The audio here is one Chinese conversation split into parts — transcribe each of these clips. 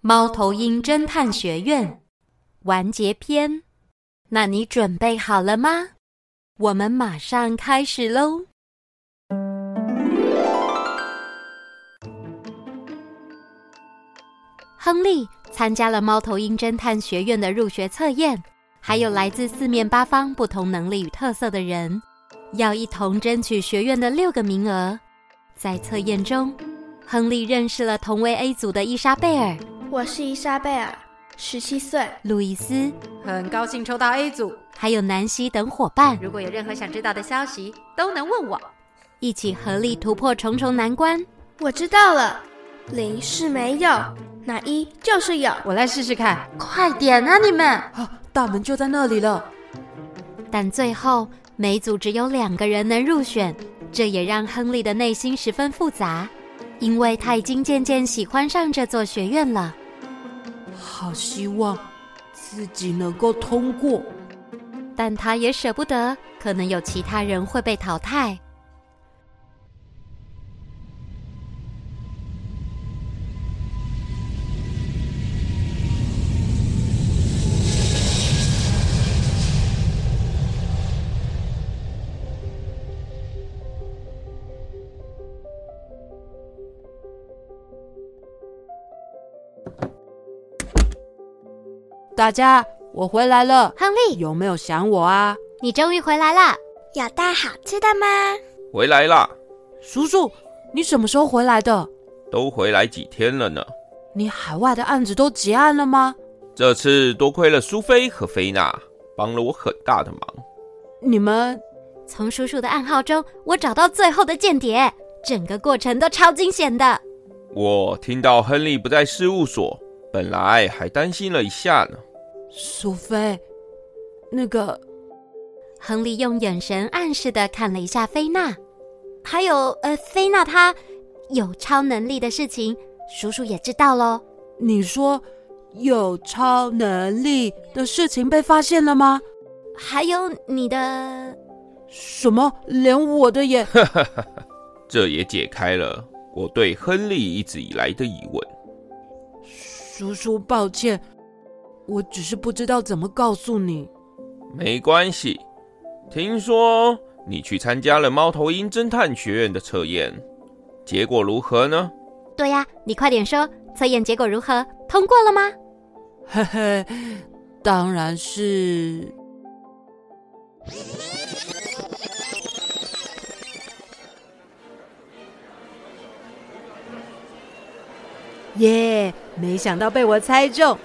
猫头鹰侦探学院》完结篇。那你准备好了吗？我们马上开始喽！亨利参加了猫头鹰侦探学院的入学测验，还有来自四面八方不同能力与特色的人，要一同争取学院的六个名额。在测验中，亨利认识了同为 A 组的伊莎贝尔、我是伊莎贝尔，十七岁。路易斯，很高兴抽到 A 组。还有南希等伙伴，如果有任何想知道的消息，都能问我。一起合力突破重重难关。我知道了，零是没有，那一就是有。我来试试看。快点啊，你们！啊，大门就在那里了。但最后每组只有两个人能入选，这也让亨利的内心十分复杂，因为他已经渐渐喜欢上这座学院了。好希望自己能够通过。但他也舍不得，可能有其他人会被淘汰。大家，我回来了，亨利，有没有想我啊？你终于回来啦！有带好吃的吗？回来啦，叔叔，你什么时候回来的？都回来几天了呢？你海外的案子都结案了吗？这次多亏了苏菲和菲娜，帮了我很大的忙。你们从叔叔的暗号中，我找到最后的间谍，整个过程都超惊险的。我听到亨利不在事务所，本来还担心了一下呢。 苏菲，那个亨利用眼神暗示的看了一下菲娜，还有呃，菲娜她有超能力的事情，叔叔也知道喽。你说有超能力的事情被发现了吗？还有你的，什么？连我的也……这也解开了我对亨利一直以来的疑问。叔叔，抱歉，我只是不知道怎么告诉你。没关系，听说你去参加了猫头鹰侦探学院的测验，结果如何呢？对呀、你快点说，测验结果如何？通过了吗？嘿嘿，当然是耶！没想到被我猜中，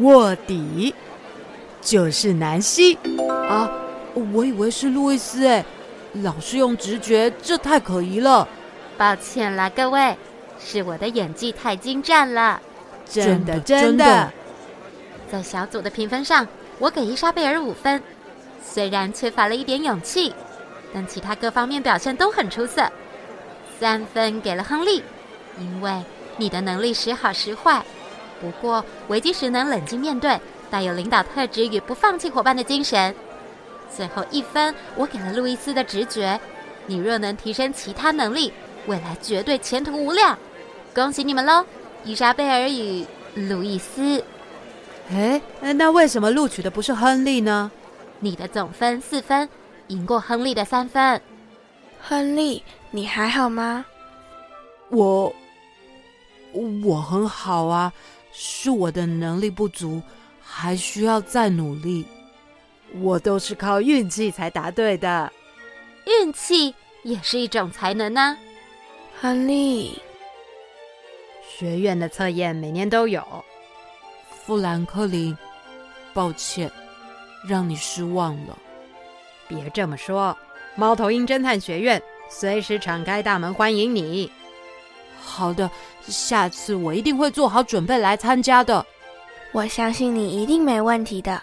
卧底就是南希。啊，我以为是路易斯哎，老是用直觉，这太可疑了。抱歉啦，各位，是我的演技太精湛了。真的，真真的的，在小组的评分上，我给伊莎贝尔五分，虽然缺乏了一点勇气，但其他各方面表现都很出色。三分给了亨利，因为你的能力时好时坏，不过危机时能冷静面对，带有领导特质与不放弃伙伴的精神。最后一分我给了路易斯的直觉，你若能提升其他能力，未来绝对前途无量。恭喜你们喽，伊莎贝尔与路易斯。哎，那为什么录取的不是亨利呢？你的总分四分，赢过亨利的三分。亨利，你还好吗？我我很好啊，是我的能力不足，还需要再努力。我都是靠运气才答对的。运气也是一种才能呢、亨利，学院的测验每年都有，富兰克林，抱歉，让你失望了。别这么说。猫头鹰侦探学院随时敞开大门欢迎你。好的，下次我一定会做好准备来参加的。我相信你一定没问题的。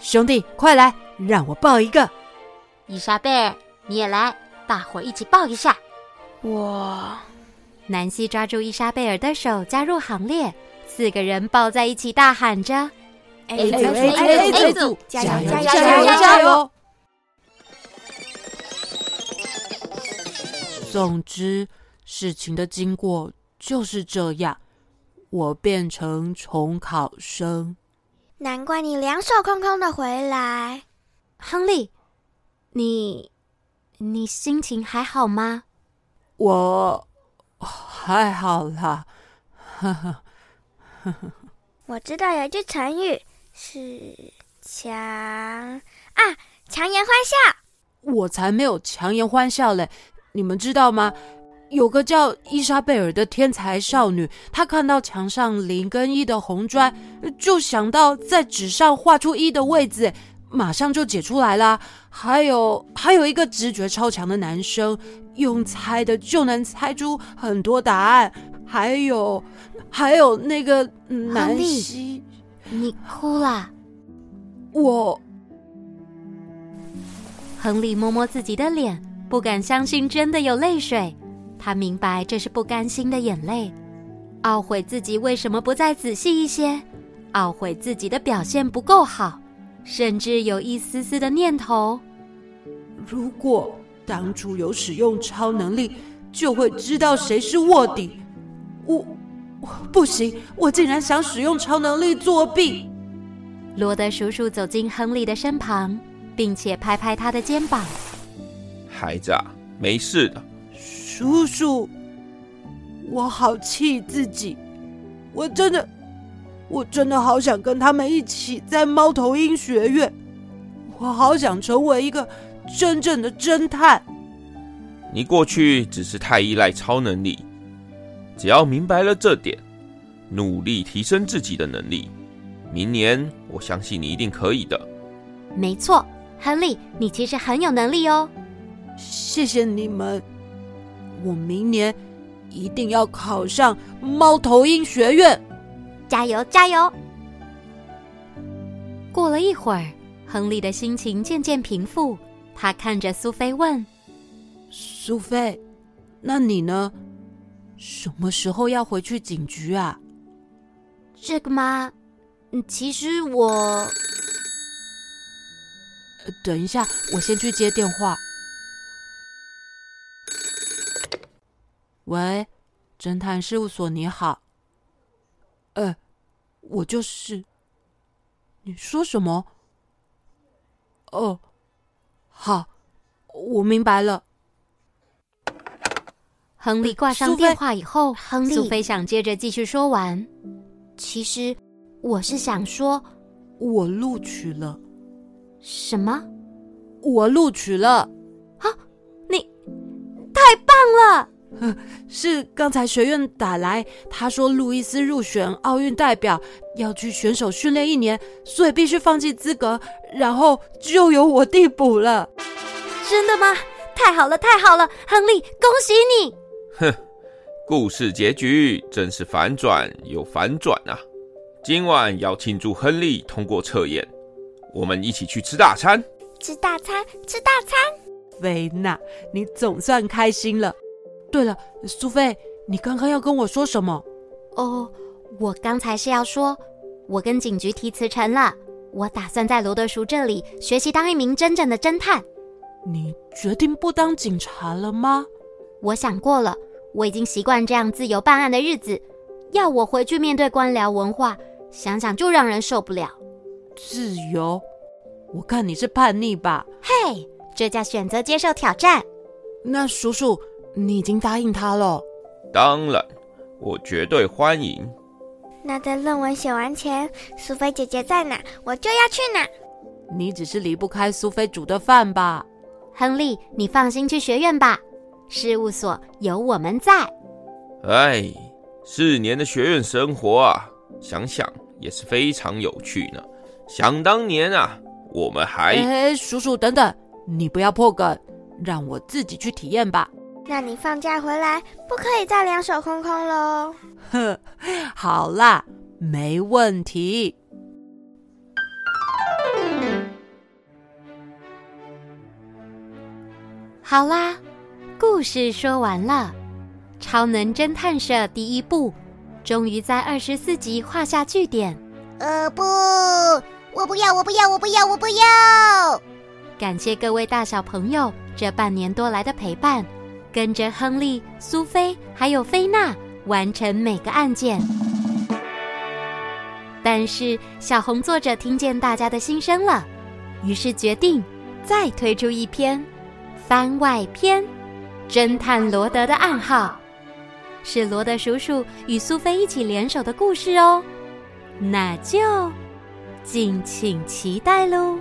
兄弟，快来，让我抱一个。伊莎贝尔，你也来，大伙一起抱一下。我南希抓住伊莎贝尔的手，加入行列，四个人抱在一起，大喊着。哎 A 组 A 组 A 组 A 组，加加油油加加油油加油！总之，事情的经过就是这样，我变成重考生。难怪你两手空空的回来。亨利，你你心情还好吗？我还好啦，呵呵，我知道有一句成语是“强”啊，强颜欢笑。我才没有强颜欢笑嘞！你们知道吗？有个叫伊莎贝尔的天才少女，她看到墙上零跟一的红砖，就想到在纸上画出一的位置，马上就解出来啦。还有还有一个直觉超强的男生，用猜的就能猜出很多答案。还有还有那个南利希，你哭啦？我亨利摸摸自己的脸，不敢相信真的有泪水。他明白这是不甘心的眼泪，懊悔自己为什么不再仔细一些，懊悔自己的表现不够好，甚至有一丝丝的念头：如果当初有使用超能力，就会知道谁是卧底。我，我不行，我竟然想使用超能力作弊。罗德叔叔走进亨利的身旁，并且拍拍他的肩膀。孩子啊，没事的，叔叔，我好气自己，我真的，我真的好想跟他们一起在猫头鹰学院，我好想成为一个真正的侦探。你过去只是太依赖超能力，只要明白了这点，努力提升自己的能力，明年我相信你一定可以的。没错，亨利，你其实很有能力哦。谢谢你们，我明年一定要考上猫头鹰学院。加油，加油！过了一会儿，亨利的心情渐渐平复。他看着苏菲问苏菲，那你呢？什么时候要回去警局啊？：“这个吗？嗯其实我……呃等一下，我先去接电话。喂，侦探事务所，你好。呃，我就是。你说什么？哦，好，我明白了。亨利挂上苏菲电话以后，亨苏菲想接着继续说完。其实我是想说我录取了，什么？我录取了，啊你太棒了！ 是刚才学院打来，他说路易斯入选奥运代表，要去选手训练一年，所以必须放弃资格，然后就由我递补了。真的吗？太好了，太好了！亨利，恭喜你！故事结局真是反转又反转啊！今晚要庆祝亨利通过测验，我们一起去吃大餐。吃大餐，吃大餐。菲娜，你总算开心了。对了，苏菲，你刚刚要跟我说什么？哦，我刚才是要说，我跟警局提辞呈了。我打算在罗德叔这里学习当一名真正的侦探。你决定不当警察了吗？我想过了，我已经习惯这样自由办案的日子，要我回去面对官僚文化，想想就让人受不了。自由？我看你是叛逆吧。嘿，这叫选择接受挑战。那叔叔，你已经答应他了。当然，我绝对欢迎。那在论文写完前，苏菲姐姐在哪，我就要去哪。你只是离不开苏菲煮的饭吧？亨利，你放心去学院吧，事务所有我们在。哎，四年的学院生活啊，想想也是非常有趣呢。想当年啊，我们还……哎，叔叔，等等，你不要破梗，让我自己去体验吧。那你放假回来，不可以再两手空空喽。呵，好啦，没问题。好啦，故事说完了，《超能侦探社》第一部终于在二十四集画下句点。呃，不，我不要，我不要，我不要，我不要！感谢各位大小朋友这半年多来的陪伴，跟着亨利、苏菲还有菲娜完成每个案件。但是小红作者听见大家的心声了，于是决定再推出一篇番外篇《侦探罗德的暗号》，是罗德叔叔与苏菲一起联手的故事哦。那就敬请期待喽！